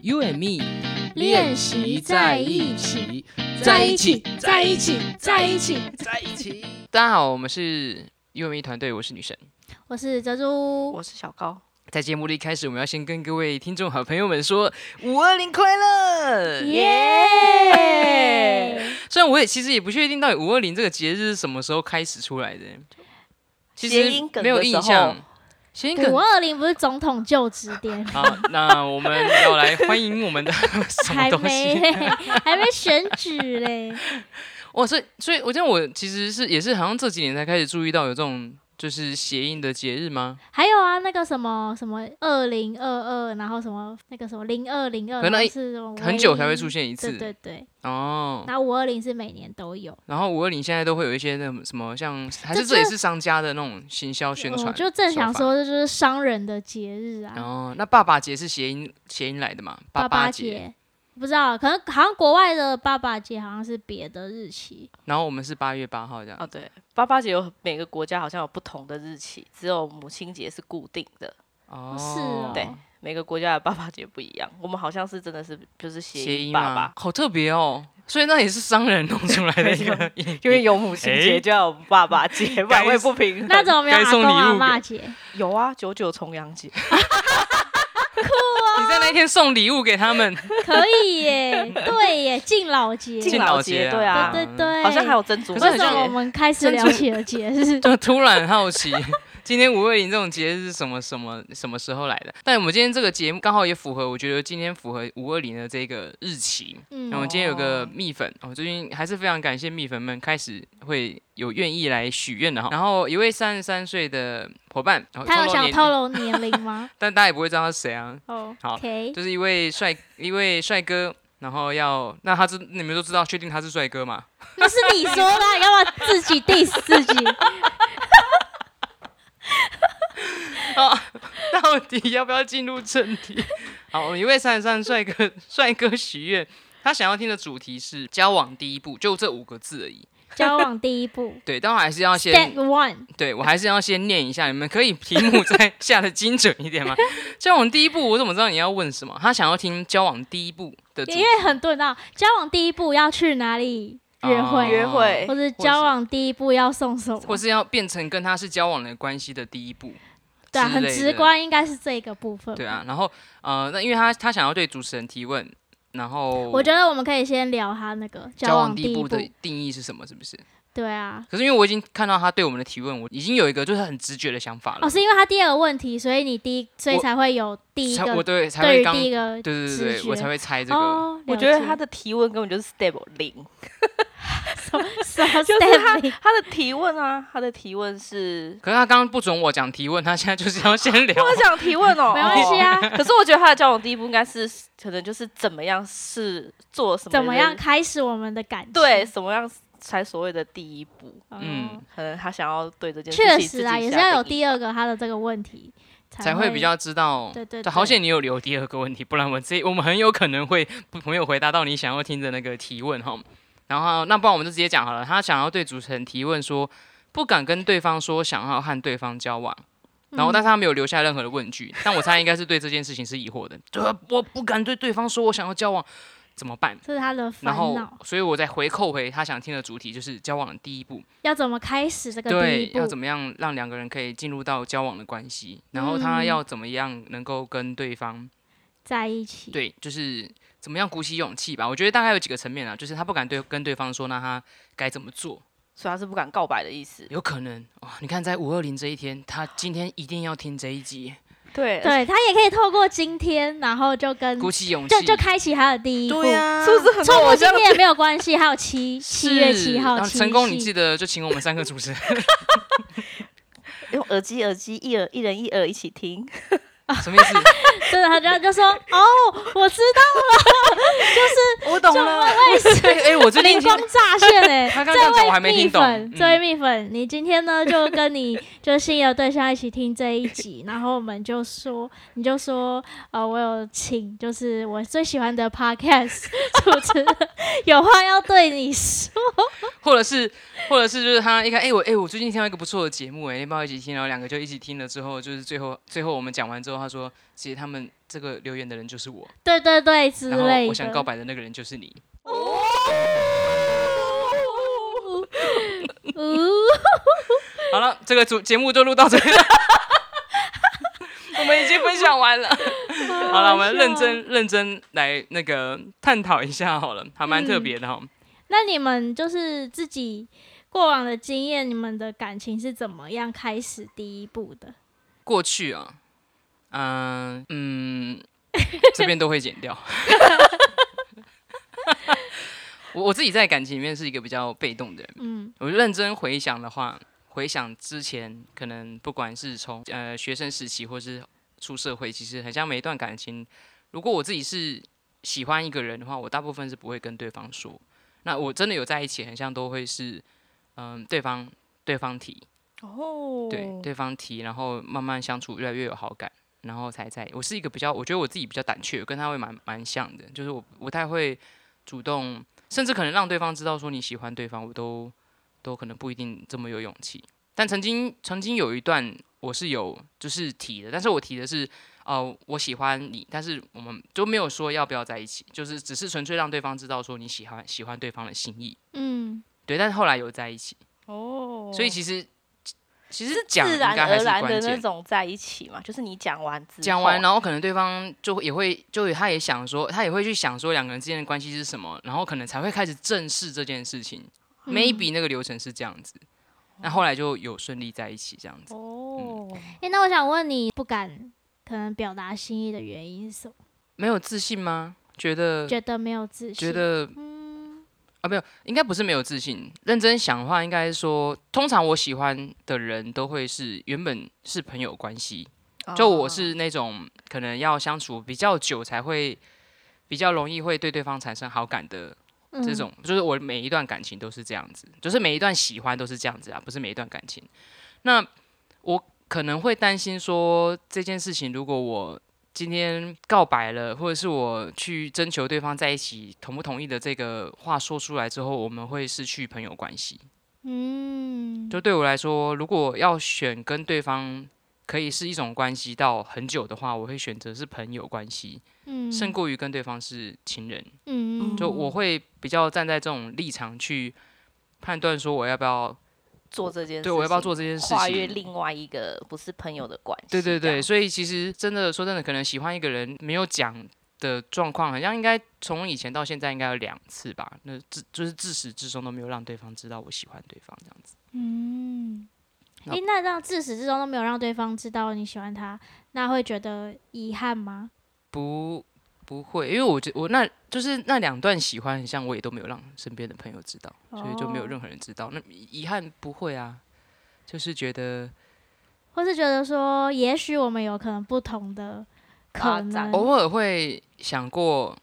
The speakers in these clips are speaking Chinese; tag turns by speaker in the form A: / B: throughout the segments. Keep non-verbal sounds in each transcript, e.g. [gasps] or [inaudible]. A: You and me
B: 练习在一
A: 起，
B: 在一起，在一起，在一起。
A: 在一起。大家好，我们是 You and me 团队，我是女神。
B: 我是泽珠，
C: 我是小高，
A: 在节目的一开始，我们要先跟各位听众好朋友们说五二零快乐！
B: 耶！
A: 虽然我也其实也不确定到底五二零这个节日是什么时候开始出来的，其
C: 谐
A: 实
C: 音梗
A: 没有
C: 的时
A: 印
C: 候
A: 象。谐音梗，
B: [laughs] 五二零不是总统就职典
A: 好，那我们要来欢迎我们的什么
B: 还
A: 东
B: 没
A: 西？
B: 嘞， [laughs] 还没选举嘞。
A: 哇，所以所以，我觉得我其实是也是好像这几年才开始注意到有这种就是谐音的节日吗？
B: 还有啊，那个什么什么二零二二，然后什么那个什么零二零二，
A: 可能哎
B: 然后是什么
A: 很久才会出现一
B: 一
A: 次
B: 对对对，
A: 哦。
B: 然后五二零是每年都有。
A: 然后五二零现在都会有一些那种什么像，还是
B: 这
A: 这也
B: 这
A: 是商家的那种行销宣传手法。
B: 我就正想说，这就是商人的节日啊，
A: 哦，那爸爸节是谐音谐音来的嘛？
B: 爸
A: 爸节，
B: 节。不知道，可能好像国外的爸爸节好像是别的日期，
A: 然后我们是八月八号这
C: 哦
A: 样。
C: 对，八八节有每个国家好像有不同的日期，只有母亲节是固定的，
A: 哦
B: 是哦
C: 对，每个国家的八八节不一样。我们好像是真的是就是
A: 谐
C: 谐
A: 音
C: 音
A: 嘛
C: 爸爸，
A: 好特别哦。所以那也是商人弄出来的一个，
C: 因为有母亲
A: 哎
C: 节就要有爸爸节，不然会
A: [laughs]
C: 不平衡。
B: 那怎么没有
A: 该
B: 阿
A: 送
B: 公啊
A: 礼
B: 阿
A: 物
B: 妈
A: 给
B: 节？
C: 有啊，九九重阳节，
A: 你在那一天送礼物给他们，
B: 可
A: [laughs]
B: 以耶，对耶，敬老节，
C: 敬
A: 老
C: 老
A: 节
C: 节
A: 啊
C: 对啊
B: 对对对，
C: 好像还有珍珠
A: 可是很
B: 为
C: 奶
B: 什
C: 茶。
A: 像
B: 么
A: 也
B: 我们开始聊起了节日？
A: [laughs] 就突然好奇，今天五二零这种节日是什么什么什么时候来的？但我们今天这个节目刚好也符合，我觉得今天符合五二零的这个日期。那我 [laughs]
B: 嗯
A: 们今天有个蜜粉，我、哦、最近还是非常感谢蜜粉们开始会有愿意来许愿的哈。然后一位三十三岁的伙伴，哦、
B: 他有
A: 年
B: 想
A: 龄
B: 透露年龄吗
A: 但大家也不会知道他是谁啊，
B: 哦
A: [laughs] 好
B: ，OK，
A: 就是一位帅一位帅哥，然后要那他知你们都知道，确定他是帅哥嘛？
B: 那是你说的啊，你干嘛自己 diss
A: [laughs]
B: 自己？
A: [laughs] 到底要不要进入正题？ [laughs] 好，一位三十三帅哥帅哥许愿，他想要听的主题是交往第一步，就这五个字而已。
B: 交往第一步
A: 对，但我还是要先
B: ，Step One，
A: 对我还是要先念一下，你们可以题目再下的精准一
B: [laughs]
A: 点吗？交往第一步，我怎么知道你要问什么？他想要听交往第一步的主
B: 因
A: 题，
B: 为很多人到交往第一步要去哪里约
A: 哦
B: 会，
C: 约会
B: 或者交往第一步要送什
A: 或
B: 么？
A: 是要变成跟他是交往的关系的第一步。
B: 对啊，
A: 之
B: 很
A: 类
B: 直
A: 的
B: 观，应该是这个部分。
A: 对啊，然后呃，那因为他他想要对主持人提问，然后
B: 我觉得我们可以先聊他那个
A: 交
B: 往
A: 第
B: 一
A: 步的定义是什么？是不是？
B: 对啊，
A: 可是因为我已经看到他对我们的提问，我已经有一个就是很直觉的想法了。
B: 哦，是因为他第二个问题，所以你第一，所以
A: 我
B: 才会有第一
A: 才我
B: 个
A: 对才
B: 对
A: 会
B: 于
A: 刚
B: 第一
A: 对
B: 个
A: 对对对，
B: 直
A: 我
B: 觉
A: 才会猜这个。
B: 哦，
C: 我
B: 了
C: 觉得
B: 解
C: 他的提问根本就是 stable 零， [laughs]
B: 什么
C: 就是 [laughs]
B: Stanley
C: 他的提问啊，他的提问是，
A: 可是他刚刚不准我讲提问，他现在就是要先聊。
C: 我想提问哦，
B: 没关系啊，
C: 可是我觉得他的交往第一步应该是，可能就是怎么样是做什么，
B: 怎么样？开始我们的感情？
C: 对，，怎么样才所谓的第一步？
A: 嗯
B: 嗯，
C: 可能他想要对这件事情
B: 确实啊，
C: 自己
B: 也
C: 下
B: 是要有
C: 定义
B: 第二个他的这个问题
A: 才
B: 会
A: 会比较知道。
B: 对对
A: 对，
B: 对，
A: 好险你有留第二个问题，不然我这我们很有可能会不没有回答到你想要听的那个提问哈。然后那不然我们就直接讲好了，他想要对主持人提问说，不敢跟对方说想要和对方交往，然后
B: 嗯
A: 但是他没有留下任何的问句，但我猜应该是对这件事情是疑惑的，对啊，我不敢对对方说我想要交往，怎么办？
B: 这是他的
A: 然
B: 烦
A: 后
B: 恼，，
A: 所以我再回扣回他想听的主题，就是交往的第一步。
B: 要怎么开始这个第一
A: 对，要
B: 步
A: 怎？么样让两个人可以进入到交往的关系？然后他
B: 嗯
A: 要怎么样能够跟对方、
B: 在一起，
A: 对，就是怎么样鼓起勇气吧？我觉得大概有几个层面啊，就是他不敢对跟对方说，那他该怎么做？
C: 所以他是不敢告白的意思。
A: 有可能哦，你看在五二零这一天，他今天一定要听这一集，
C: 对，
B: 对他也可以透过今天，然后就跟
A: 鼓起勇气
B: 嗯就，就开启他的第一步。
A: 对啊，
C: 是不是很
B: 错
C: 多
B: 过
C: 偶
B: 今
C: 像
B: 天也没有关系，还有七
A: 是
B: 七月七号
A: 然后
B: 七
A: 成功，
B: 夕
A: 你记得就请我们三个主持人。 [laughs]
C: 用耳机耳机一耳一人一耳一
B: [laughs]
C: 起听？
A: 什么意思？
B: 真的，他就就说
A: [laughs]
B: 哦，我知
C: 我懂
B: 道了，。我也是
A: 哎、哎我最近
B: 灵
A: 听
B: 光乍现哎、
A: 他刚刚这
B: 这
A: 样讲我还
B: 位
A: 没
B: 蜜
A: 听懂
B: 粉，
A: 嗯
B: 这位蜜粉，你今天呢就跟你 [laughs] 就新的对象一起听这一集，然后我们就说，你就说，呃，我有请，就是我最喜欢的 [laughs] podcast 主持人，有话要对你说，
A: 或者是或者是就是他一看，哎、我哎、我最近听到一个不错的节目、哎，要不要一起听？然后两个就一起听了之后，就是最后最后我们讲完之后，他说，其实他们这个留言的人就是我，
B: 对对对之
A: 然后
B: 类的。哦
A: 我想告白的那个人就是你。
B: 呜
A: [laughs] 好了，这个主节目就录到这里了， [laughs] 我们已经分享完了。好了，我们认。
B: 笑啊
A: 真认真来那个探讨一下好了，还蛮特
B: 嗯
A: 别的哈、
B: 那你们就是自己过往的经验，你们的感情是怎么样开始第一步的？
A: 过去啊，嗯、嗯，这边都会剪掉。 [laughs] 我我自己在感情里面是一个比较被动的人，
B: 嗯
A: 我认真回想的话，回想之前，可能不管是从呃学生时期，或是出社会，其实很像每一段感情。如果我自己是喜欢一个人的话，我大部分是不会跟对方说。那我真的有在一起，很像都会是，嗯、对方对方提，
C: 哦
A: 对，对方提，然后慢慢相处，越来越有好感，然后才在。我是一个比较，我觉得我自己比较胆怯，跟他会蛮蛮像的，就是我不太会主动，甚至可能让对方知道说你喜欢对方，我都都可能不一定这么有勇气。但曾经曾经有一段我是有就是提的，但是我提的是，呃，我喜欢你，但是我们就没有说要不要在一起，就是只是纯粹让对方知道说你喜欢喜欢对方的心意。
B: 嗯，
A: 对，但是后来有在一起，
C: 哦，
A: 所以其实其实
C: 是
A: 讲
C: 自
A: 应
C: 然
A: 该还
C: 而
A: 是
C: 然
A: 关
C: 的那
A: 键。
C: 种哦在一起嘛，就是你讲完之后，
A: 讲完，然后可能对方就会也会，就也他也想说，他也会去想说两个人之间的关系是什么，然后可能才会开始正视这件事情。
B: 嗯
A: Maybe 那个流程是这样子，那后来就有顺利在一起这样子。
C: 哦，
A: 嗯
B: 哎、那我想问你，不敢可能表达心意的原因是什么？
A: 没有自信吗？觉得
B: 觉得没有自信？
A: 呃觉得
B: 嗯
A: 啊，没有，应该不是没有自信。认真想的话，应该说，通常我喜欢的人都会是原本是朋友关系，
C: 哦
A: 就我是那种可能要相处比较久才会比较容易会对对方产生好感的
B: 嗯
A: 这种，就是我每一段感情都是这样子，就是每一段喜欢都是这样子啊，不是每一段感情。那我可能会担心说这件事情，如果我今天告白了，或者是我去征求对方在一起同不同意的这个话说出来之后，我们会失去朋友关系。
B: 嗯，
A: 就对我来说，如果要选跟对方可以是一种关系到很久的话，我会选择是朋友关系，
B: 嗯
A: 胜过于跟对方是情人。
B: 嗯
A: 就我会比较站在这种立场去判断，说我要不要
C: 做这件事情，
A: 对我要不要做这件事情，
C: 跨越另外一个不是朋友的关系，
A: 对对
C: 这
A: 对，
C: 样，
A: 所以其实真的说真的，可能喜欢一个人没有讲的状况，好像应该从以前到现在应该有两次吧。那至就是自始至终都没有让对方知道我喜欢对方这样子。
B: 嗯。
A: 那
B: 哎、那让自始至终都没有让对方知道你喜欢他，那会觉得遗憾吗？
A: 不不会，因为我觉我那就是那两段喜欢很像，我也都没有让身边的朋友知道，所以就没有
B: 哦
A: 任何人知道。那遗憾不会啊，就是觉得
B: 或是觉得说，也许我们有可能不同的
C: 发
B: 可
C: 展
B: 能？
A: 偶尔会想过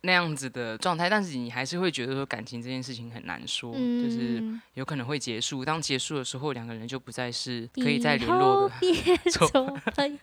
A: 那样子的状态，但是你还是会觉得说感情这件事情很难说，就是
B: 嗯
A: 有可能会结束。当结束的时候，两个人就不再是可以再联
B: 后
A: 络的。
B: [laughs] 变
A: 做
B: 做朋友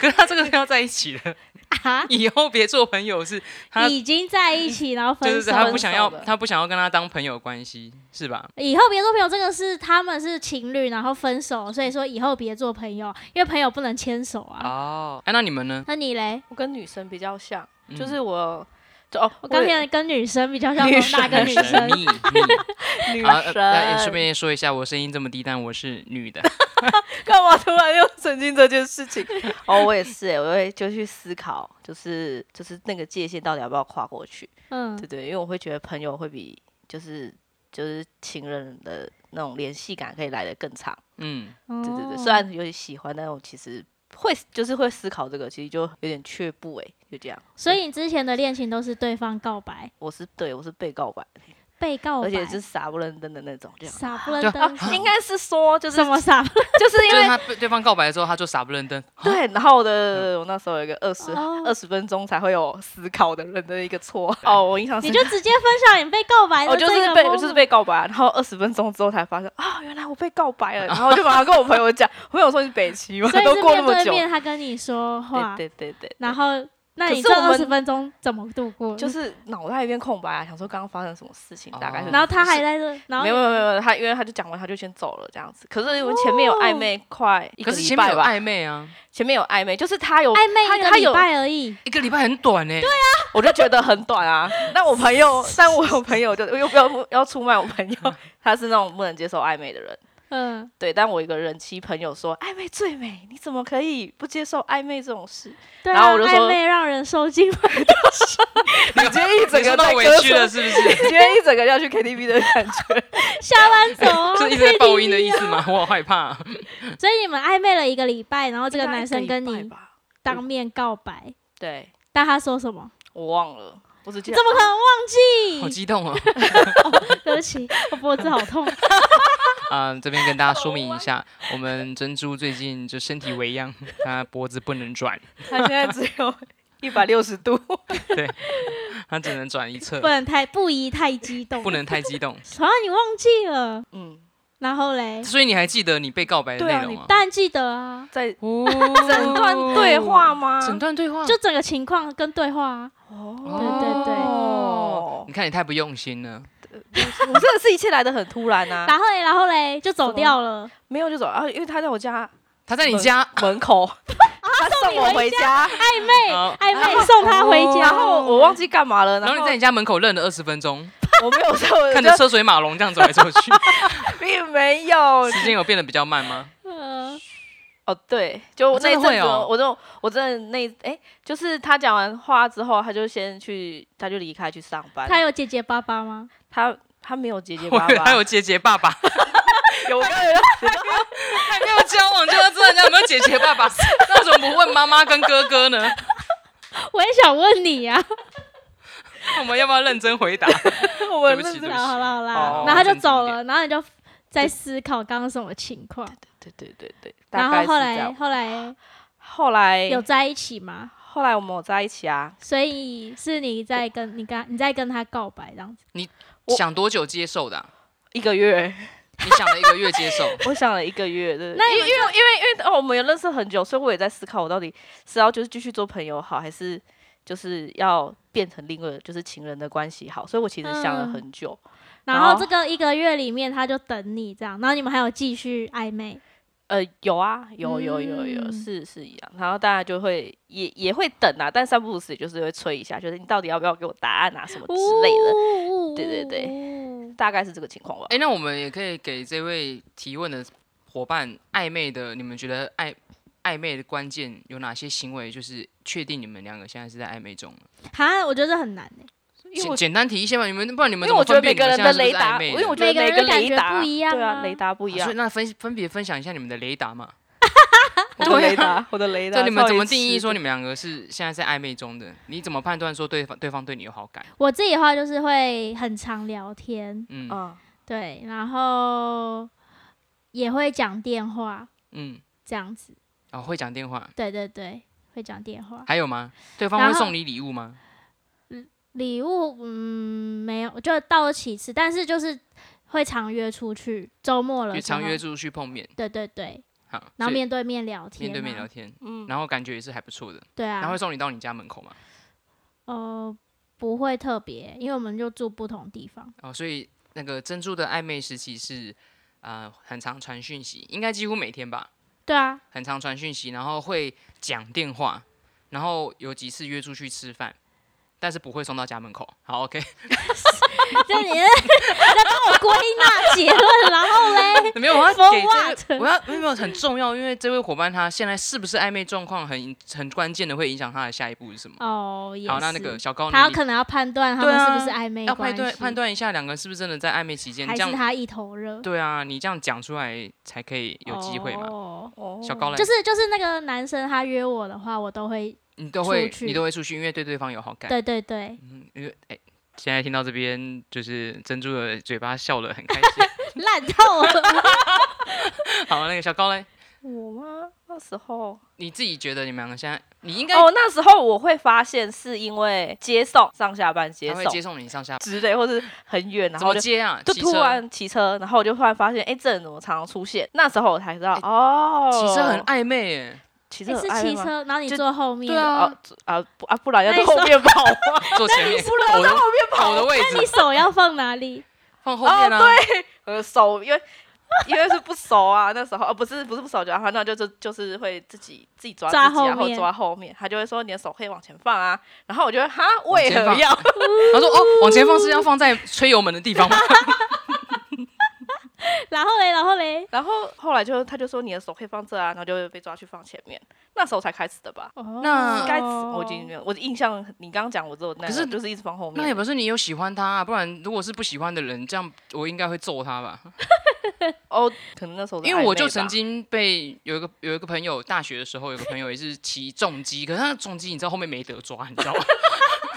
A: 可是他这个是要在一起的，
C: [laughs]
B: 啊，
A: 以后别做朋友是他，
B: 已经在一起，然后
A: 对
B: 分
A: 对
B: 手
A: 对，
B: 了。
A: 他不想要
C: 分手，了
A: 他不想要跟他当朋友关系，是吧？
B: 以后别做朋友，这个是他们是情侣，然后分手，所以说以后别做朋友，因为朋友不能牵手啊。
A: 哦，哎，那你们呢？
B: 那你嘞？
C: 我跟女生比较像，
A: 嗯
C: 就是我。就哦，
B: 我刚
C: 也
B: 才跟女生比较像，
C: 女
B: 大跟女
A: 神
B: 生。
A: [laughs] 秘秘
C: 女
A: 好，呃那也
C: 生
A: 顺便说一下，我声音这么低，但我是女
C: [laughs]
A: 的。
C: 干嘛突然又澄清这件事情？ [laughs] 哦，我也是、欸，我会就去思考，就是就是那个界限到底要不要跨过去？
B: 嗯
C: 对对，因为我会觉得朋友会比就是就是情人的那种联系感可以来得更长。
A: 嗯，
B: 对
C: 对对对，虽然有点喜欢，但我其实会就是会思考这个，其实就有点却步哎、就这样。
B: 所以你之前的恋情都是对方告白、
C: 我是对我是被告白，
B: 被告白，
C: 而且是傻不愣登的那种， [laughs] 这样。啊
B: 傻不愣
A: 就
B: 登，
C: [laughs] 应该是说就是
B: 什么傻不
C: 就是因 [laughs]
A: 就是
C: 为
A: 他被对方告白之后，他就傻不啊愣登。
C: 对，然后我的我那时候有一个二十
B: 哦
C: 啊二十分钟才会有思考的人的一个错哦，我印 [laughs] 象
B: 你
C: 深
B: 就
C: 刻。
B: 直接分享你被告白的
C: 我哦就是被我
B: 哦
C: 就是被告白，然后二十分钟之后才发现啊、原来我被告白了，然后我就马上跟我朋友讲，我朋友说你北齐吗？
B: 所以
C: 都
B: 是
C: 过那
B: 面
C: 么
B: 对
C: 久，
B: 面他跟你说话，
C: 对对对对，
B: 然后那你
C: 可
B: 这
C: 是我
B: 二
C: 们
B: 十分钟怎么度过？
C: 就是脑袋一片空白啊，想说刚刚发生什么事情，大概是。
A: 哦
B: 然后他还在这，然后
C: 没有没有没有没有，他因为他就讲完他就先走了这样子。可是我们前面有暧昧快一个
A: 可是
C: 礼
A: 前面
C: 拜
A: 有
C: 吧，
A: 暧昧啊，
C: 前面有暧昧，就是他有
B: 暧昧一
C: 他
B: 个
C: 他
B: 礼
C: 有，
B: 拜而已，
A: 一个礼拜很短呢、对啊，
C: 我就觉得很短
B: [laughs]
C: 啊。但我朋友，但我有朋友就又不要要出卖我朋友， [laughs] 他是那种不能接受暧昧的人。
B: 嗯，
C: 对，但我一个人妻朋友说暧昧最美，你怎么可以不接受暧昧这
B: [laughs]
C: 种事？
B: 对
C: 然后
B: 啊，
C: 我就
B: 暧
C: 说
B: 昧让人受尽 [laughs] 了，
C: 你今天一整个
A: 受到
C: 在
A: 委
C: 歌
A: 屈 [laughs] 了是
C: 声，
A: 不是？
C: 今天一整个要去 KTV 的感觉。
B: 下班走
C: [laughs]
B: 啊，
C: 哦
A: 是一直在报音的意思
C: 啊
A: 吗？ [laughs] 我好害怕、
B: 所以你们暧昧了一个礼拜，然后 [laughs] 这个
C: 应该
B: 男
C: 一
B: 生
C: 礼
B: 跟
C: 拜
B: 你
C: 吧嗯
B: 当面告白，
C: 对
B: 但他说什么？
C: 我忘了，我只记
B: 你
C: 得
B: 怎么可能
A: 好
C: [laughs] 嗯
B: 忘记？
A: 激动哦！
B: 对不起，我脖子好
C: [laughs]
B: 痛。
A: 啊、这边跟大家说明一下，我们珍珠最近就身体为恙，她脖子不能转，
C: [laughs] 他现在只
B: [laughs]
C: 有一百六十度。
A: 她只能转一侧
B: 不，能太不宜太激动，
A: 不能太激动。
B: 好像你忘记了，
C: 嗯，
B: 然后嘞，
A: 所以你还记得你被告白的
C: 对啊
A: 内容
C: 你
A: 吗？
B: 当然记得啊，
C: 在
A: 哦，
C: 整段对话，吗？
A: 整段
C: 嗯
A: 对话，
B: 就整个情况跟对话啊，
C: 哦，
A: 哦
B: 对对对哦
A: 你看你太不用心了。
C: 我真的是一切来的很突然啊，
B: 然后嘞，然后嘞就走掉了，
C: 没有就走啊，因为他在我家
A: 他在你家，
C: 门口，他啊送
B: 你
C: 我
B: 回
C: 回家，
B: 暧昧
A: 好
B: 暧
C: 然后
B: 昧送他回
A: 哦
B: 家，
C: 然后我忘记干嘛了，
A: 然后你在你家门口愣了二十分钟，
C: 我 [laughs] 没有说，我
A: 看
C: 就
A: 着车水马龙这样走来走去，
C: 并没有。
A: 时间有变得比较慢吗？
B: 呃
C: [laughs] 哦，对，就
A: 哦
C: 那
A: 真
C: 一
A: 的
C: 阵
A: 会
C: 子
A: 哦
C: 我，我就我真的那哎，就是他讲完话之后，他就先去，他就离开去上班。
B: 他有姐姐爸爸吗？
C: 他他没有结结
A: 我
C: 巴
A: 以为
C: 巴，
A: 他有姐姐爸爸，
C: 有我刚才有
A: 还没有交往就要知道人家有没有姐姐爸爸，那为什么不问妈妈跟哥哥呢？ [laughs]
B: 我也想问你啊，
A: 我们要不要认真回答？
C: 我
A: [laughs] 对
C: 们
A: 不起
C: 认真
A: 对不起
B: 好啦好啦
A: 哦
B: 好啦，然后他就
A: 正经一
B: 走
A: 点
B: 了，然后你就在思考刚刚什么情况，
C: [laughs] 对对对对，大
B: 然
C: 概
B: 后
C: 是
B: 后
C: 这
B: 来
C: 样。
B: 后
A: 哎
B: 来
C: 后来
B: 有在一起吗？
C: 后来我们有在一起啊，
B: 所以是你在跟你跟你在跟他告白这样子，
C: 我
A: 想多久接受的啊、
C: 一个月，
A: 你想了一个月接受，
C: 我想了一个月，对。
B: 那
C: 因
B: 你
C: 为
B: 们
C: 因为因为因为哦，我们有认识很久，所以我也在思考，我到底是要就是继续做朋友好，还是就是要变成另外就是情人的关系好？所以我其实想了
B: 嗯
C: 很久，
B: 然
C: 然
B: 后
C: 后
B: 这个一个月里面他就等你这样，然后你们还有继续暧昧，
C: 呃，有啊，有有有有，
B: 嗯
C: 是是一样。然后大家就会也也会等啊，但三不五时就是会催一下，就是你到底要不要给我答案啊什么之类的，
B: 的
C: 对对对
B: 对，
C: 大概是这个情况吧。
A: 哦哎、那我们也可以给这位提问的伙伴暧昧的，你们觉得暧暧昧的关键有哪些行为？就是确定你们两个现在是在暧昧中呢
B: 哈，我觉得这很难欸
C: 因为
A: 简
C: 我
A: 简单提一些嘛，你们不然你
C: 因
A: 们
C: 为
A: 怎么
C: 我觉得
A: 分
C: 每
A: 辨你
C: 个
A: 们
C: 人
A: 现在是
C: 的
A: 不是
C: 雷
A: 在
C: 达，
A: 暧昧
C: 因
A: 的？
C: 为我觉得
B: 每个人
C: 个
B: 的感
C: 雷
B: 觉
C: 达
B: 不一样
C: 对啊，
B: 啊
C: 雷达不一
A: 啊
C: 样
A: 所以。那分分别分享一下你们的雷达
C: [laughs]
A: 嘛？啊
C: 我的
A: [laughs]
C: 雷达，我的雷达。
A: 就你们怎么定
C: 超级
A: 义
C: 迟
A: 说
C: 钝
A: 你们两个是现在在暧昧中的？你怎么判断说对方对方对你有好感？
B: 我自己的话就是会很常聊天，
A: 嗯
C: 嗯，
B: 对，然后也会讲电话
A: 嗯，
B: 这样子，
A: 哦，会讲电话，
B: 对对对，会讲电话。
A: 还有吗？对方
B: 然
A: 会
B: 后
A: 送你礼物吗？
B: 礼物，嗯，没有，就到了其次，但是就是会常约出去，周末了
A: 约
B: 之
A: 常约
B: 后，
A: 出去碰面，
B: 对对对，
A: 好，所
B: 然后
A: 以
B: 面对面聊天、
A: 面
B: 啊，
A: 对面聊，天，
C: 嗯
A: 然后感觉也是还不错的，
B: 对
A: 然后
B: 啊
A: 会，送你到你家门口嘛？
B: 呃，不会特别，因为我们就住不同地方，
A: 哦，所以那个珍珠的暧昧时期是，呃，很常传讯息，应该几乎每天吧，[laughs]
B: 对啊，
A: 很常传讯息，然后会讲电话，然后有几次约出去吃饭，但是不会送到家门口。好，OK，
B: [laughs] 就你在帮我归纳结论，然后嘞，
A: 没有，我要
B: For
A: 给这 [laughs] 位，
B: what？
A: 我要没有没有很重要，因为这位伙伴他现在是不是暧昧状况很很关键的，会影响他的下一步是什么。
B: 哦，也是，
A: 好，那那个小高，
B: 他
A: 你
B: 可能要判断他
A: 对
B: 们
A: 啊
B: 是不是暧昧
A: 要
B: 关
A: 判
B: 系，
A: 断判断一下两个人是不是真的在暧昧期间，
B: 还
A: 这
B: 是
A: 样
B: 他一头热，
A: 对啊，你这样讲出来才可以有机会嘛。
B: 哦
C: 哦
A: 小高来，
B: 就是就是那个男生他约我的话，我都会，
A: 你都
B: 出
A: 会
B: 去
A: 你都会出去，因为对对方有好感。
B: 对对对，
A: 嗯，因为哎、现在听到这边，就是珍珠的嘴巴笑得很开
C: [laughs]
A: 心。
B: [laughs] 烂透了。
A: 好，那个小高嘞，
C: 哦我吗？那时候
A: 你自己觉得你们两个现在，你应该
C: 哦，那时候我会发现是因为接送上下班接
A: 他会
C: 送
A: 接送你上下班，
C: 之类，或是很远，然
A: 怎么
C: 后就
A: 接啊？
C: 就
A: 骑
C: 突
A: 车，
C: 然骑车，然后我就突然发现，哎，这人怎么常常出现？那时候我才知道
A: 哎，
C: 哦， [laughs]
A: 骑车很暧昧耶，
C: 骑车
B: 你是
C: 很爱
B: 骑
C: 吗？
B: 车，然后你
C: 就
B: 坐后面，
A: 对啊，
C: 啊啊不啊，不然要
B: 那你
C: 在后
B: 说
C: 面跑吗？ [laughs]
A: 坐前面，我的我的位
B: 你
A: 置
B: 手要放哪里？
A: 放后面啊，
C: 呃，手因为因为是不熟啊，那时候啊不是不是不熟，然后那就是就是会自己自己抓自己
B: 抓
C: 啊，
B: 后
C: 然后
B: 面
C: 抓后面，他就会说你的手可以往前放啊，然后我就会哈
A: 往
C: 为
A: 前
C: 何
A: 放
C: 要？
A: 他说哦，往前放是
C: [laughs]
A: 要放在吹油门的地方吗？
B: 然后嘞，然后
C: [laughs]
B: 嘞，
C: 然后后来就他就说你的手可以放这啊，然后就会被抓去放前面，那时候才开始的吧。
A: 那
C: 应该只我已经没有我的印象，你刚刚讲我只有那个，
A: 可是
C: 就是一直放后
A: 那也
C: 面。
A: 不是你有喜欢他、啊，不然如果是不喜欢的人，这样我应该会揍他吧？
C: 哦，可能那时候的
A: 因为我
C: 暧昧
A: 就
C: 吧
A: 曾经被有一个有一个朋友，大学的时候有个朋友也是骑重机，可是他的重机你知道后面没得抓，你知道吗？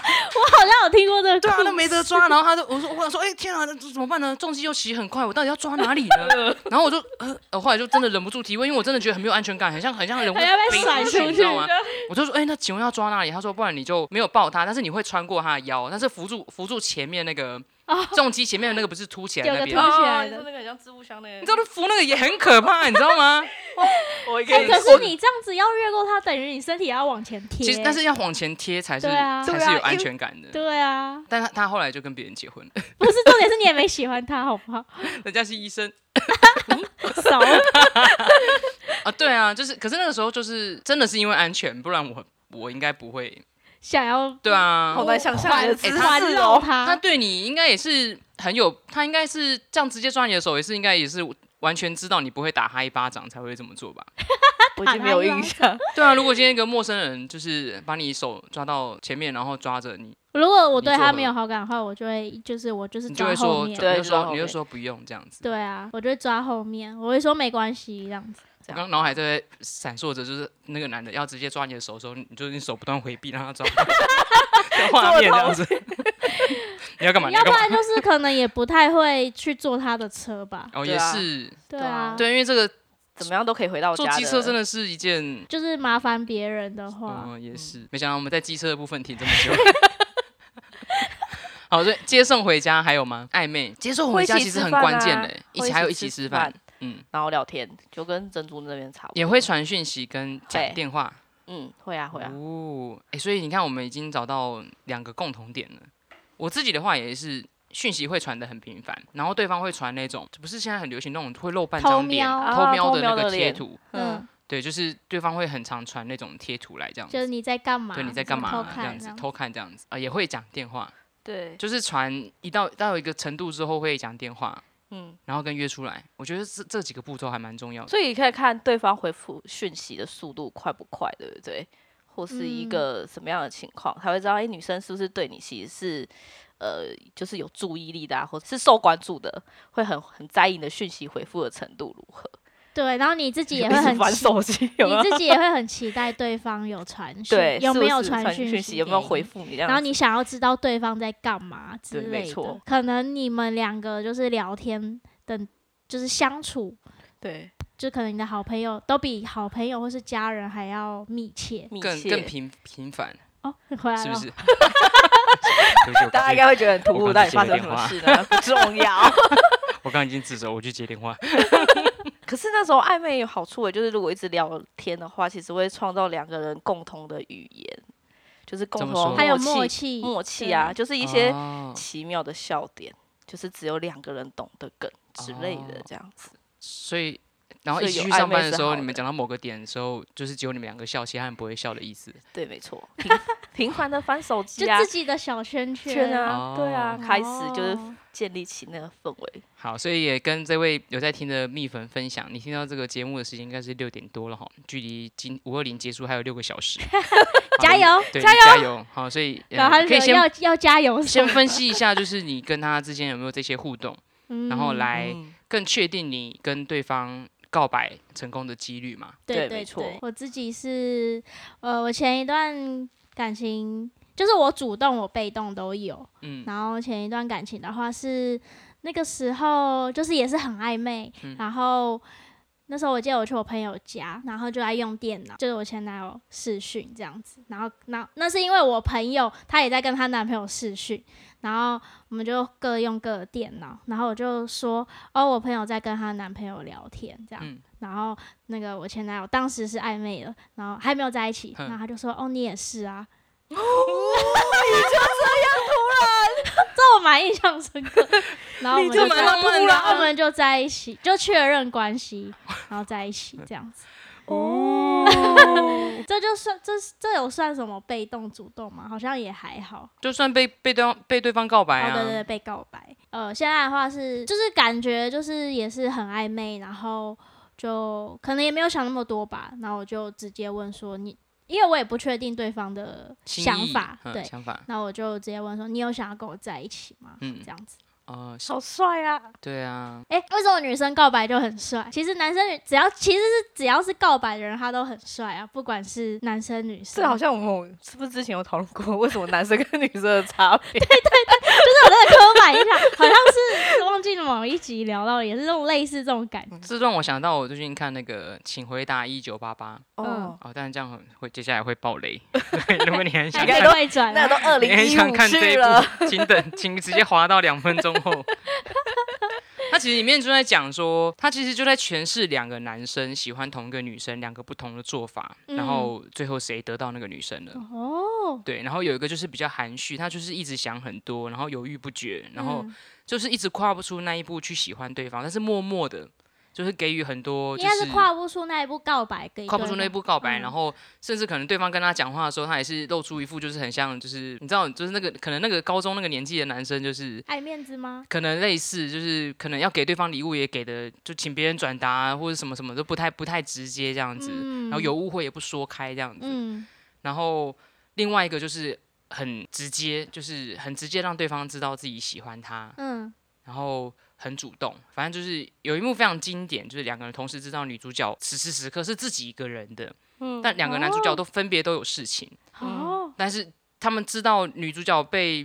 B: 我好像有听过这个
A: [laughs]
B: 故
A: 对
B: 事，
A: 啊，那没得抓，然后他就我说我想说，哎、天啊，那这怎么办呢？重机又骑很快，我到底要抓哪里 [laughs] 呢？然后我就呃，我后来就真的忍不住提问，因为我真的觉得很没有安全感，很像很像人
B: 很像
A: 飞
B: 被甩
A: 去，
B: 出
A: 你知道
B: 去
C: 哦
A: 吗？我就说，哎、那请问要抓哪里？他说，不然你就没有抱他，但是你会穿过他的腰，但是扶住扶住前面那个
B: 哦
A: 重机前面的那个不是凸起来
B: 有
A: 那
B: 个
A: 边
B: 凸
A: 吗。
B: 起
C: 哦，
B: 来
C: 就
B: 的
C: 是那个很像置物箱的，
A: 你知道那扶那个也很可怕，你知道吗？
C: 我一个
B: 哎，
C: 人
B: 可
C: 我
B: 是你这样子要越过它，等于你身体也要往前贴。
A: 其实但是要往前贴才是、
B: 对啊
A: 才
C: 对啊
A: 是有安
C: 因为
A: 全感的。
B: 对啊，
A: 但他他后来就跟别人结婚了， [laughs]
B: 不是重点是你也没喜欢它，好不好？
A: 人家是医生 [laughs]
B: 手
A: 啊，对啊，就是可是那个时候就是真的是因为安全，不然我我应该不会。
B: 想要
A: 对啊，
C: 好难想象你的姿
A: 哎他
B: 环
C: 势
B: 绕
C: 哦。
A: 他
B: 它，
A: 对你应该也是很有，他应该是这样直接抓你的手，也是应该也是完全知道你不会打他一巴掌才会这么做
B: [laughs]
A: 吧？
C: 我已经没有印象，
A: 对啊，如果今天一个陌生人就是把你手抓到前面，然后抓着你，
B: 如果我
A: 你
B: 对
A: 做
B: 它
A: 何
B: 没有好感的话，我就会就是我就是
A: 你就
B: 抓
A: 会
B: 后
A: 说，
B: 面
A: 你。
C: 对
A: 就
C: 抓后
A: 说你
C: 面
A: 就说不用这样子。
B: 对啊，我就会抓后面，我会说没关系这样子。
A: 我刚脑海在闪烁着，就是那个男的要直接抓你的手的时候，你就是你手不断回避，让他抓 [laughs] 的画面这样子。你要干嘛？你
B: 要
A: 要
B: 不
A: 干嘛？
B: 然就是可能也不太会去坐他的车
C: [laughs]
B: 吧。
A: 哦，
C: 对
A: 也
C: 啊
A: 是，
B: 对
C: 对
B: 啊
C: 啊，
A: 对，因为这个
C: 怎么样都可以回到家
A: 坐
C: 的。
A: 机车真的是一件，
B: 就是麻烦别人的话，
A: 嗯，也是。没想到我们在机车的部分停这么久。 [laughs] 好，所以接送回家还有吗？暧昧接送回家其实很关键的、啊一起还有一起吃饭，，嗯，
C: 然后聊天，就跟珍珠那边差不多。
A: 也会传讯息跟讲
C: 对
A: 电话。
C: 嗯，会啊，会啊。
A: 哦，哎、所以你看，我们已经找到两个共同点了。我自己的话也是，讯息会传的很频繁，然后对方会传那种，不是现在很流行那种会露半
B: 偷
A: 张脸、
B: 瞄
C: 啊
A: 偷瞄
C: 偷
A: 的那
C: 瞄
A: 个
C: 的
A: 贴
C: 脸
A: 图。
B: 嗯
C: 嗯，，
A: 对，就是对方会很常传那种贴图来这样
B: 就
A: 子。
B: 是你在干嘛？
A: 对，你在干嘛、
B: 什么
A: 啊
B: 偷？
A: 这
B: 看
A: 样子偷看这样子啊、也会讲电话，
C: 对，
A: 就是传一到到一个程度之后会讲电话，
C: 嗯，
A: 然后跟约出来。我觉得这这几个步骤还蛮重要的。
C: 所以可以看对方回复讯息的速度快不快，对不对？或是一
B: 嗯
C: 个什么样的情况，才会知道，哎，女生是不是对你其实是，呃，就是有注意力的、啊，或是受关注的，会很很在意你的讯息回复的程度如何？
B: 对，然后你自己
C: [laughs]
B: 也
C: 一
B: 会
C: 直
B: 很
C: 玩
B: 期
C: 手机，有没
B: [laughs]
C: 有
B: 你自己也会很期待对方有传讯，
C: 对，
B: 有
C: 是
B: 没
C: 不
B: 有
C: 是
B: 传
C: 传
B: 讯
C: 息，有没有
B: 给
C: 回
B: 你？
C: 复你？
B: 然后你想要知道对方在干嘛之
C: 对没
B: 类的
C: 错，
B: 可能你们两个就是聊天的，就是相处，
C: 对
B: 就可能你的好朋友都比好朋友或是家人还要密切
C: 密
A: 更
C: 切，
A: 更频频繁，
B: 哦。回来
A: 是
B: 了
A: 不，
B: [laughs]
A: 是？对不起我
C: 大家
A: 刚
C: 应该会觉得很突
A: 我
C: 兀，
A: 刚
C: 到
A: 才
C: 底
A: 接了
C: 发生什
A: 电
C: 么
A: 话
C: 事呢？不重要。
A: 我刚刚已经自首，我去接电话。
C: 可是那时候暧昧有好处诶，欸就是如果一直聊天的话，其实会创造两个人共同的语言，就是共
A: 怎么
C: 同
A: 说
B: 还有默
C: 默
B: 契，
C: 默契啊，
B: 对，
C: 就是一些
A: 哦
C: 奇妙的笑点，就是只有两个人懂的梗之类的
A: 哦
C: 这样子。
A: 所以，然后
C: 所
A: 一
C: 以
A: 起
C: 有
A: 去
C: 暧
A: 上
C: 昧
A: 班的
C: 是
A: 时候，
C: 好
A: 你们
C: 的
A: 讲到某个点的时候，就是只有你们两个笑，其他人不会笑的意思。
C: 对，没 [laughs] 错，频频繁的翻手机啊
B: 就自。己的小圈
C: 圈
B: 圈，
C: 啊，对啊，开始就是
B: 哦
C: 建立起那个氛围。
A: 好，所以也跟这位有在听的蜜粉分享，你听到这个节目的时间应该是六点多了哈，距离今五二零结束还有六个小时，
B: [laughs] 加
A: 好！
B: 油。
A: 对，加油，加油！好，所以、
B: 然后
A: 呃、
B: 他
A: 可以
B: 就
A: 先
B: 要要加油什
A: 先
B: 么，
A: 分析一下，就是你跟他之间有没有这些互动，然后
B: 嗯
A: 来
C: 嗯
A: 更确定你跟对方告白成功的几率嘛。
B: 对
C: 对
B: 对
C: 没错
B: 对我自己是，呃，我前一段感情就是我主动我被动都有，
A: 嗯，
B: 然后前一段感情的话是那个时候就是也是很暧昧，然后。那时候我记得我去我朋友家，然后就在用电脑，就是我前男友视讯这样子。然后，那那是因为我朋友她也在跟她男朋友视讯，然后我们就各用各的电脑。然后我就说，哦，我朋友在跟她男朋友聊天这样。
A: 嗯
B: 然后那个我前男友当时是暧昧了，然后还没有在一起，
A: 嗯
B: 然后他就说，哦，你也是
A: [gasps]
B: 啊。
A: [laughs]
B: 你就这样突然，这我蛮印象深刻。然后我们
A: 你这
B: 就
A: 蛮
B: 在
A: 浪漫的
B: 然
A: 啊
B: 后我们就在一起，就确认关系，然后在一起这样
A: [laughs]
B: 子。
C: [laughs] 哦，
B: 这就算这这有算什么被动主动吗？好像也还好。
A: 就算被被对方被对方告白
B: 哦，
A: 啊，
B: 对对对，被告白。呃，现在的话是就是感觉就是也是很暧昧，然后就可能也没有想那么多吧，然后我就直接问说你，因为我也不确定对方的
A: 心
B: 想
A: 意
B: 法，
A: 嗯
B: 对，
A: 想法，
B: 那我就直接问说你有想要跟我在一起吗？
A: 嗯
B: 这样子。
A: 哦，是
C: 好帅啊！
A: 对啊，
B: 哎、为什么女生告白就很帅？其实男生女只要其实是只要是告白的人，他都很帅啊，不管是男生女生。
C: 这好像我们是不是之前有讨论过，为什么男生跟女生的差别？
B: 我那个刻板印象，好像是忘记某一集聊到，也是这种类似这种感觉。
A: 这让我想到我最近看那个《请回答一九八八》
C: 哦，
A: 哦，但是这样很会接下来会爆雷， [laughs] 对如果你
C: [laughs]
A: 很 [laughs] 想
B: 还
C: 应该
B: 可
A: 看
B: 以。会转
C: 那
B: 啊，
C: 都二
A: [laughs] 你
C: 零
A: 很
C: 一
A: 想
C: 五
A: 看这一
C: 去了，
A: 部，请等，请直接滑到两分钟后。 [laughs] 他其实里面就在讲说，他其实就在诠释两个男生喜欢同一个女生两个不同的做法，然
B: 嗯
A: 后最后谁得到那个女生了。
B: 哦，
A: 对，然后有一个就是比较含蓄，他就是一直想很多，然后犹豫不决，然后
B: 嗯
A: 就是一直跨不出那一步去喜欢对方，但是默默的，就是给予很多，
B: 应
A: 就
B: 该是跨不出那一步告白给
A: 跨不出那一步告白，
B: 嗯
A: 然后甚至可能对方跟他讲话的时候，他也是露出一副就是很像，就是你知道，就是那个可能那个高中那个年纪的男生，就是
B: 爱面子吗？
A: 可能类似，就是可能要给对方礼物也给的，就请别人转达啊或者什么什么都不太不太直接这样子，
B: 嗯
A: 然后有误会也不说开这样子，
B: 嗯
A: 然后另外一个就是很直接，就是很直接让对方知道自己喜欢他，
B: 嗯
A: 然后很主动，反正就是有一幕非常经典，就是两个人同时知道女主角此时此刻是自己一个人的，
C: 嗯，
A: 但两个男主角都分别都有事情，
B: 哦，
A: 但是他们知道女主角被。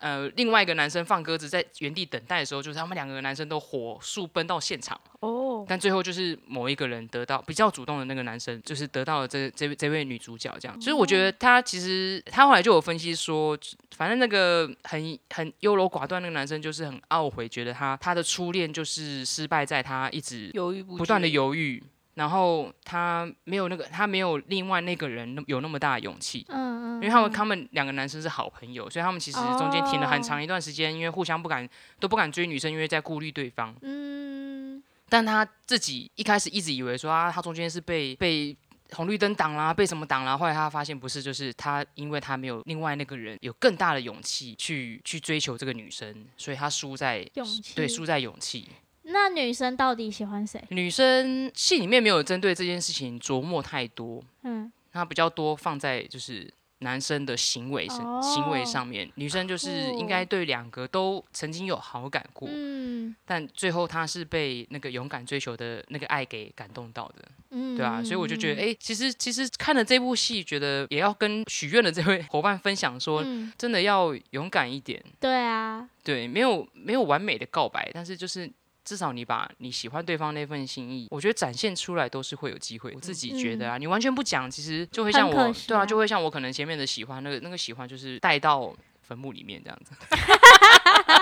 A: 呃，另外一个男生放鸽子，在原地等待的时候，就是他们两个男生都火速奔到现场，
C: 哦，
A: 但最后就是某一个人得到比较主动的那个男生，就是得到了这这这位女主角这样。所以我觉得他其实他后来就有分析说，反正那个很很优柔寡断那个男生就是很懊悔，觉得他他的初恋就是失败在他一直
C: 犹豫不
A: 不断的犹豫，然后他没有那个他没有另外那个人那有那么大的勇气。
B: 嗯嗯，
A: 因为他们
B: 嗯
A: 他们两个男生是好朋友，所以他们其实中间停了很长一段时间，因为互相不敢都不敢追女生，因为在顾虑对方。
B: 嗯
A: 但他自己一开始一直以为说啊，他中间是被被红绿灯挡啦，被什么挡啦。后来他发现不是，就是他因为他没有另外那个人有更大的勇气去去追求这个女生，所以他输在
B: 勇气
A: 对输在勇气。
B: 那女生到底喜欢谁？
A: 女生戏里面没有针对这件事情琢磨太多，
B: 嗯，
A: 她比较多放在就是。男生的行为上、行为
B: 哦
A: 上面，女生就是应该对两个都曾经有好感过，
B: 嗯
A: 但最后她是被那个勇敢追求的那个爱给感动到的。
B: 嗯，
A: 对啊，所以我就觉得，
B: 哎，
A: 哎、其实其实看了这部戏，觉得也要跟许愿的这位 [laughs] 伙伴分享说，
B: 嗯，
A: 真的要勇敢一点。
B: 对啊，
A: 对，没有没有完美的告白，但是就是至少你把你喜欢对方那份心意，我觉得展现出来都是会有机会。我自己觉得啊，你完全不讲，其实就会像
B: 很
A: 我，
B: 可惜
A: 对啊，
B: 啊
A: 就会像我可能前面的喜欢，那个那个喜欢就是带到。坟墓里面这样子，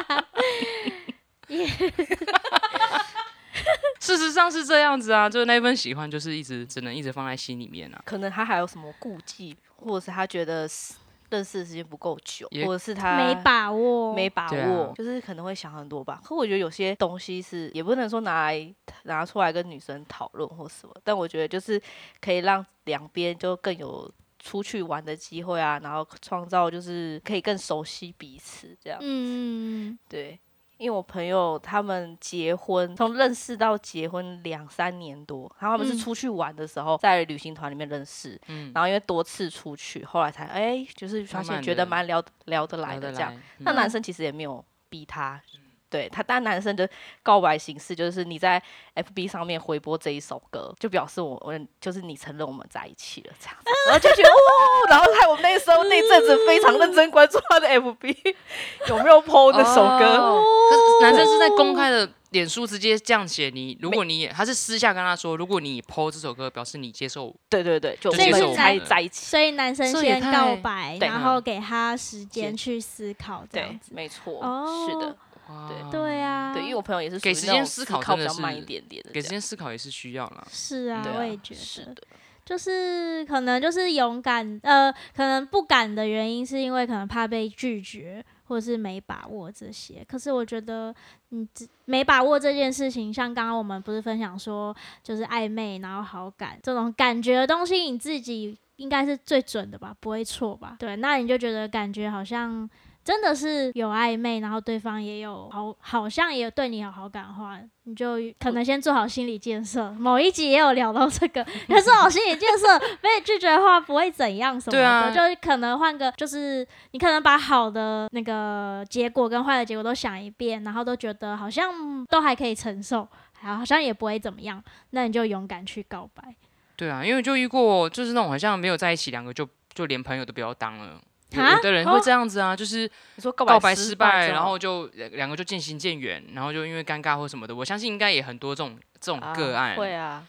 A: [laughs] 事实上是这样子啊，就是那份喜欢，就是一直只能一直放在心里面啊。
C: 可能他还有什么顾忌，或者是他觉得是认识的时间不够久，
A: 也
C: 或者是他
B: 没把握，
C: 没把
A: 对
C: 握，
A: 啊
C: 就是可能会想很多吧。可我觉得有些东西是也不能说拿来拿出来跟女生讨论或什么，但我觉得就是可以让两边就更有出去玩的机会啊，然后创造就是可以更熟悉彼此这样。
B: 嗯，嗯，
C: 对，因为我朋友他们结婚，从认识到结婚两三年多，然后他们是
B: 嗯
C: 出去玩的时候，在旅行团里面认识，
A: 嗯
C: 然后因为多次出去，后来才哎、就是发
A: 慢慢
C: 现觉得
A: 地
C: 蛮聊聊得来
A: 聊得
C: 的这样。
A: 来，
C: 那
A: 嗯
C: 男生其实也没有逼他，对他，但男生的告白形式就是你在 FB 上面回播这一首歌，就表示我我就是你承认我们在一起了这样子，然后就觉得哦，然后害我那时候那阵子非常认真关注他的 FB 有没有 PO 那首歌，
A: 哦可是男生是在公开的脸书直接这样写你，如果你也他是私下跟他说，如果你 PO 这首歌，表示你接受我。
C: [laughs] 对对对，就我
B: 所以是
C: 们才
B: 男
C: 在一起，
B: 所以男生
A: 这也
B: 先
A: 太
B: 告白，
C: 对
B: 然后给他时间去思考，这
C: 对
B: 样，子。
C: 没错，
B: 哦
C: 是的，
A: 哇
C: 对
B: 对，啊，
C: 对，因为我朋友也是属于
A: 给时
C: 那
A: 间
C: 种
A: 思
C: 思
A: 考
C: 考
A: 真
C: 比
A: 的
C: 较慢
A: 是
C: 一点点的这
A: 给时
C: 样，
A: 间思考也是需要啦。
B: 是啊，
C: 对
B: 我
C: 啊
B: 也觉
C: 是
B: 得
C: 的。，
B: 就是可能就是勇敢，呃，可能不敢的原因是因为可能怕被拒绝，或是没把握这些。可是我觉得，嗯，只没把握这件事情，像刚刚我们不是分享说，就是暧昧，然后好感这种感觉的东西，你自己应该是最准的吧，不会错吧？对，那你就觉得感觉好像。真的是有暧昧，然后对方也有好，好像也对你有好感的话，你就可能先做好心理建设。某一集也有聊到这个，
A: [laughs]
B: 可是我心理建设被拒绝的话不会怎样什么
A: 对
B: 的，
A: 啊
B: 就是可能换个，就是你可能把好的那个结果跟坏的结果都想一遍，然后都觉得好像都还可以承受，好好像也不会怎么样，那你就勇敢去告白。
A: 对啊，因为就遇过就是那种好像没有在一起，两个就就连朋友都不要当了。有
B: 啊
A: 有的人会这样子啊，就是
C: 你说告
A: 告
C: 白
A: 白
C: 失
A: 失
C: 败
A: 败，
C: 之
A: 然
C: 后
A: 后就两两个就渐行渐远，然后就因为尴尬或什么的，我相信应该也很多这种这种
C: 啊
A: 个案。
C: 会啊，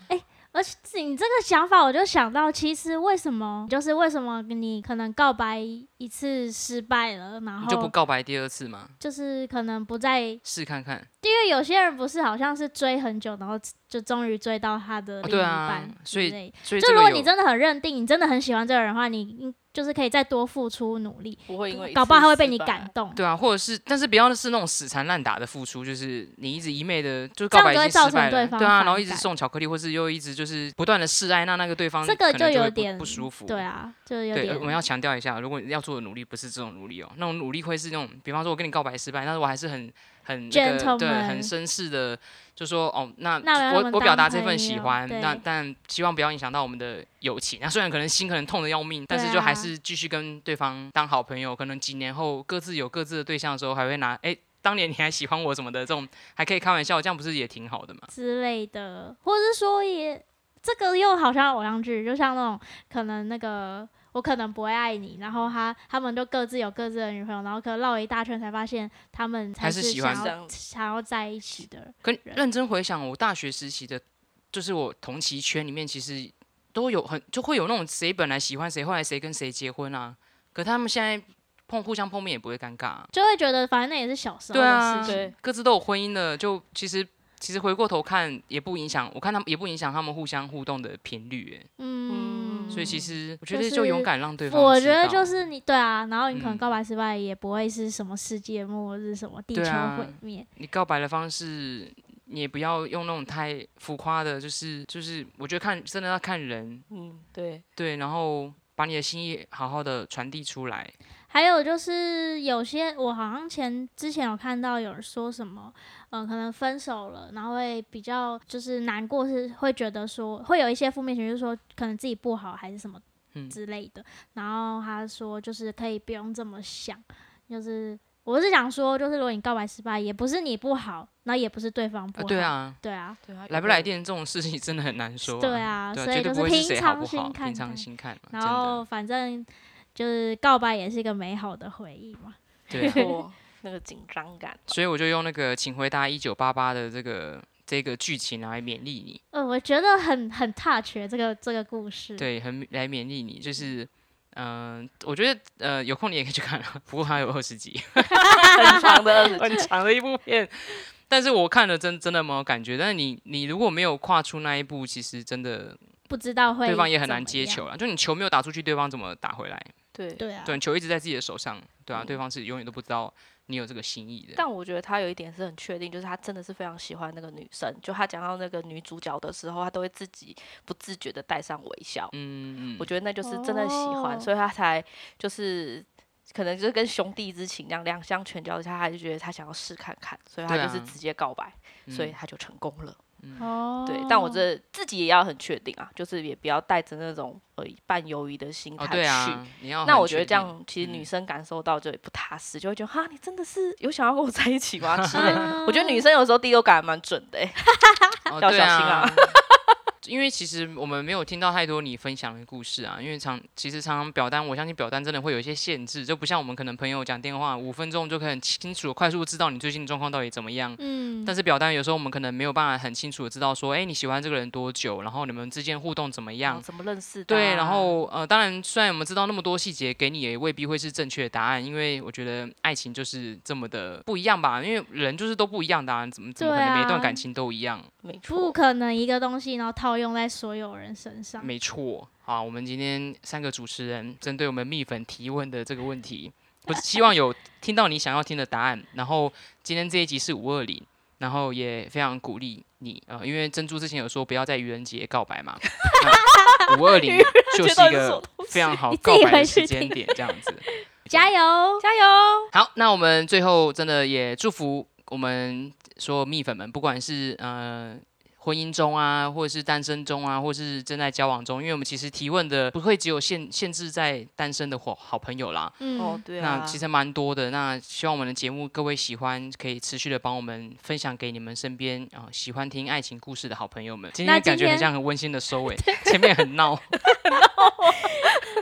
B: 而且你这个想法，我就想到，其实为什么，就是为什么你可能告白一次失败了，然
A: 你就不
B: 后
A: 告白第二次吗？
B: 就是可能不再，因
A: 试看看。
B: 为有些人不是好像是追很久，然后就终于追到他的另一
A: 对啊
B: 半之
A: 所以
B: 类的、
A: 所以
B: 就
A: 这
B: 如
A: 个
B: 果
A: 有
B: 你真的很认定，你真的很喜欢这个人的话，你应就是可以再多付出努力，
C: 不会因为一
B: 搞
C: 次
B: 不好他会
C: 失
B: 被你
C: 败
B: 感动。
A: 对啊，或者是，但是不要是那种死缠烂打的付出，就是你一直一昧的，就是
B: 这
A: 告
B: 样
A: 白已
B: 就会
A: 经
B: 造
A: 失败
B: 成对
A: 了，
B: 方
A: 对啊，
B: 反
A: 然后一直
B: 感
A: 送巧克力，或是又一直就是不断的示爱，那那个对方
B: 这个
A: 可能就
B: 有
A: 会不
B: 点
A: 不舒服，
B: 对。啊，就有
A: 对，
B: 点
A: 呃我们要强调一下，如果你要做的努力不是这种努力哦，那种努力会是那种，比方说我跟你告白失败，但是我还是很很那个对，很
B: Gentleman
A: 绅士的，就说哦，那
B: 那我
A: 我
B: 要让他们
A: 我表达
B: 当
A: 这份
B: 朋
A: 喜
B: 友
A: 欢，那
B: 对
A: 但希望不要影响到我们的友情。那虽然可能心可能痛的要命，但
B: 对
A: 是就还
B: 啊
A: 是继续跟对方当好朋友。可能几年后各自有各自的对象的时候，还会拿哎。当年你还喜欢我什么的，这种还可以开玩笑，这样不是也挺好的嘛？
B: 之类的，或者是说也这个又好像偶像剧，就像那种可能那个我可能不会爱你，然后他他们就各自有各自的女朋友，然后可能绕了一大圈才发现他们才
A: 还是喜欢
B: 想
C: 这
B: 要
C: 样
B: 想要在一起的人。
A: 跟
B: 人
A: 认真回想，我大学时期的，就是我同期圈里面，其实都有很就会有那种谁本来喜欢谁，后来谁跟谁结婚啊，可他们现在碰互相碰面也不会尴尬啊、
B: 就会觉得，反正那也是小时候
A: 对
B: 的
A: 啊，
B: 事情，
A: 各自都有婚姻的，就其实其实回过头看也不影响，我看他们也不影响他们互相互动的频率，哎、
B: 嗯，
A: 所以其实我觉
B: 就
A: 得就是勇敢让对方知道，
B: 我觉得就是你对啊，然后你可能
A: 嗯
B: 告白失败也不会是什么世界末日、什么地
A: 对
B: 球
A: 啊
B: 毁灭，
A: 你告白的方式，你也不要用那种太浮夸的，就是就是我觉得看真的要看人，
C: 嗯，对，
A: 对，然后把你的心意好好的传递出来。
B: 还有就是有些我好像前之前有看到有人说什么，嗯、可能分手了，然后会比较就是难过，是会觉得说会有一些负面情绪，就是说可能自己不好还是什么
A: 嗯
B: 之类的。然后他说就是可以不用这么想，就是我是想说，就是如果你告白失败，也不是你不好，那也不是对方不
A: 啊，
B: 好，
A: 对，啊，
B: 对啊，
C: 对啊
A: 来不
C: 有
A: 来
C: 的
A: 电这种事情真的很难说、
B: 对
A: 啊，
B: 啊，
A: 对
B: 所以
A: 绝对
B: 就
A: 不会是
B: 平
A: 谁好
B: 常
A: 不好，
B: 心看
A: 平
B: 待
A: 常。心看嘛，真
B: 然后
A: 的。
B: 反正就是告白也是一个美好的回忆嘛。
A: 对啊、
B: [laughs]
C: [laughs] 错，那个紧张感。
A: 所以我就用那个《请回答一九八八》的这个这个剧情来勉励你，
B: 呃，我觉得很很 touch 欸这个这个故事。，
A: 对，很来勉励你，就是。嗯、我觉得呃有空你也可以去看啊，不过它有二十集，
C: 很长的 [laughs] 二十
A: 很长的一部片。但是我看了真真的没有感觉，但是你你如果没有跨出那一步，其实真的
B: 不知道会
A: 对方也很
B: 怎
A: 难
B: 么
A: 接
B: 样。
A: 球了。就你球没有打出去，对方怎么打回来？
C: 对，
B: 对啊，
A: 对，你球一直在自己的手上，对啊，
C: 嗯
A: 对方是永远都不知道你有这个心意的。
C: 但我觉得他有一点是很确定，就是他真的是非常喜欢那个女生。就他讲到那个女主角的时候，他都会自己不自觉的带上微笑。
A: 嗯嗯
C: 我，觉得那就是真的喜欢，
B: 哦
C: 所以他才就是可能就是跟兄弟之情那样，两相权交之下，他就觉得他想要试看看，所以他
A: 对
C: 就是
A: 啊
C: 直接告白，所以
A: 嗯
C: 他就成功了。
B: 哦，
C: 对，但我这自己也要很确定啊，就是也不要带着那种呃半犹疑的心态
A: 哦，
C: 去。
A: 对啊，你要
C: 那
A: 很
C: 我觉
A: 确
C: 得这
A: 定嗯
C: 样，其实女生感受到就也不踏实，就会觉得哈，你真的是有想要跟我在一起吗？之类
A: [laughs]
C: 的。我觉得女生有时候第六感还蛮准的、欸， [laughs]
A: 哦
C: 要
A: 对
C: 小心啊
A: [laughs] 因为其实我们没有听到太多你分享的故事啊，因为常其实常常表单，我相信表单真的会有一些限制，就不像我们可能朋友讲电话五分钟就可以很清楚、快速知道你最近状况到底怎么样。
B: 嗯，
A: 但是表单有时候我们可能没有办法很清楚的知道说，哎、你喜欢这个人多久，然后你们之间互动怎么样
C: 哦，怎么认识的、
A: 对，然后呃，当然，虽然我们知道那么多细节，给你也未必会是正确的答案，因为我觉得爱情就是这么的不一样吧，因为人就是都不一样的、啊，怎么怎么可
B: 对
A: 能每一段
B: 啊
A: 感情都一样？
C: 没
B: 不
C: 错，
B: 可能一个东西然后套用在所有人身上。
A: 没错，好，我们今天三个主持人针对我们蜜粉提问的这个问题，我希望有听到你想要听的答案。然后今天这一集是五二零，然后也非常鼓励你呃，因为珍珠之前有说不要在愚人节告白嘛， [laughs] 五二零就是
C: 到
A: 一
C: 底是什么
A: 个非常好
B: 你自
A: 告
B: 己
A: 白的
B: 回
A: 时
B: 去
A: 间
B: 听
A: 点，这样子。
B: 加油！
C: 加油！
A: 好，那我们最后真的也祝福我们所有蜜粉们，不管是呃婚姻中啊，或者是单身中啊，或是正在交往中，因为我们其实提问的不会只有限限制在单身的伙好朋友啦。
B: 嗯，
C: 哦，对啊，
A: 那其实蛮多的，那希望我们的节目各位喜欢，可以持续的帮我们分享给你们身边啊、喜欢听爱情故事的好朋友们。今
B: 那
A: 天感
B: 今
A: 觉很
B: 天
A: 像很温馨的收尾，前面很闹，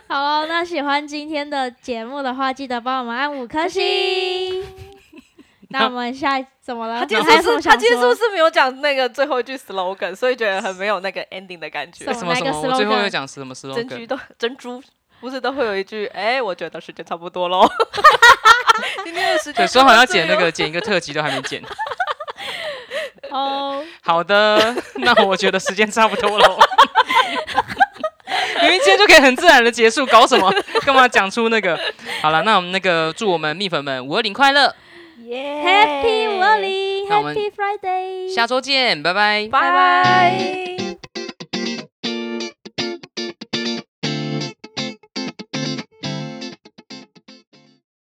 B: 好了，那喜欢今天的节目的话，记得帮我们按五颗星。那我们下一怎么了？
C: 他今
B: 还
C: 天
B: 有什
C: 是不
B: 么
C: 是他
B: 想
C: 今天是
B: 说
C: 不？是没有讲那个最后一句 slogan，所以觉得很没有那个 ending 的感觉 [laughs]
B: 什？
A: 什
B: 么
A: 么什
B: 来
A: 么，
B: 个
A: 我最后
B: slogan
A: 又讲什么 slogan？
C: 珍珠都珍珠不是都会有一句，哎、我觉得时间差不多喽。 [laughs] 今天的时间
A: 对，说好要
C: 差不多
A: 剪那
C: 了
A: 个剪一个特辑都还没剪。
B: 哦，
A: 好的，那我觉得时间差不多了。 [laughs] 明明今天就可以很自然的结束，搞什么？干嘛讲出那个？好了，那我们那个祝我们蜜粉们五二零快乐，
C: 耶
B: Happy 五二零
A: 那我们
B: ，Happy Friday，
A: 下周见，拜拜。
C: 拜拜。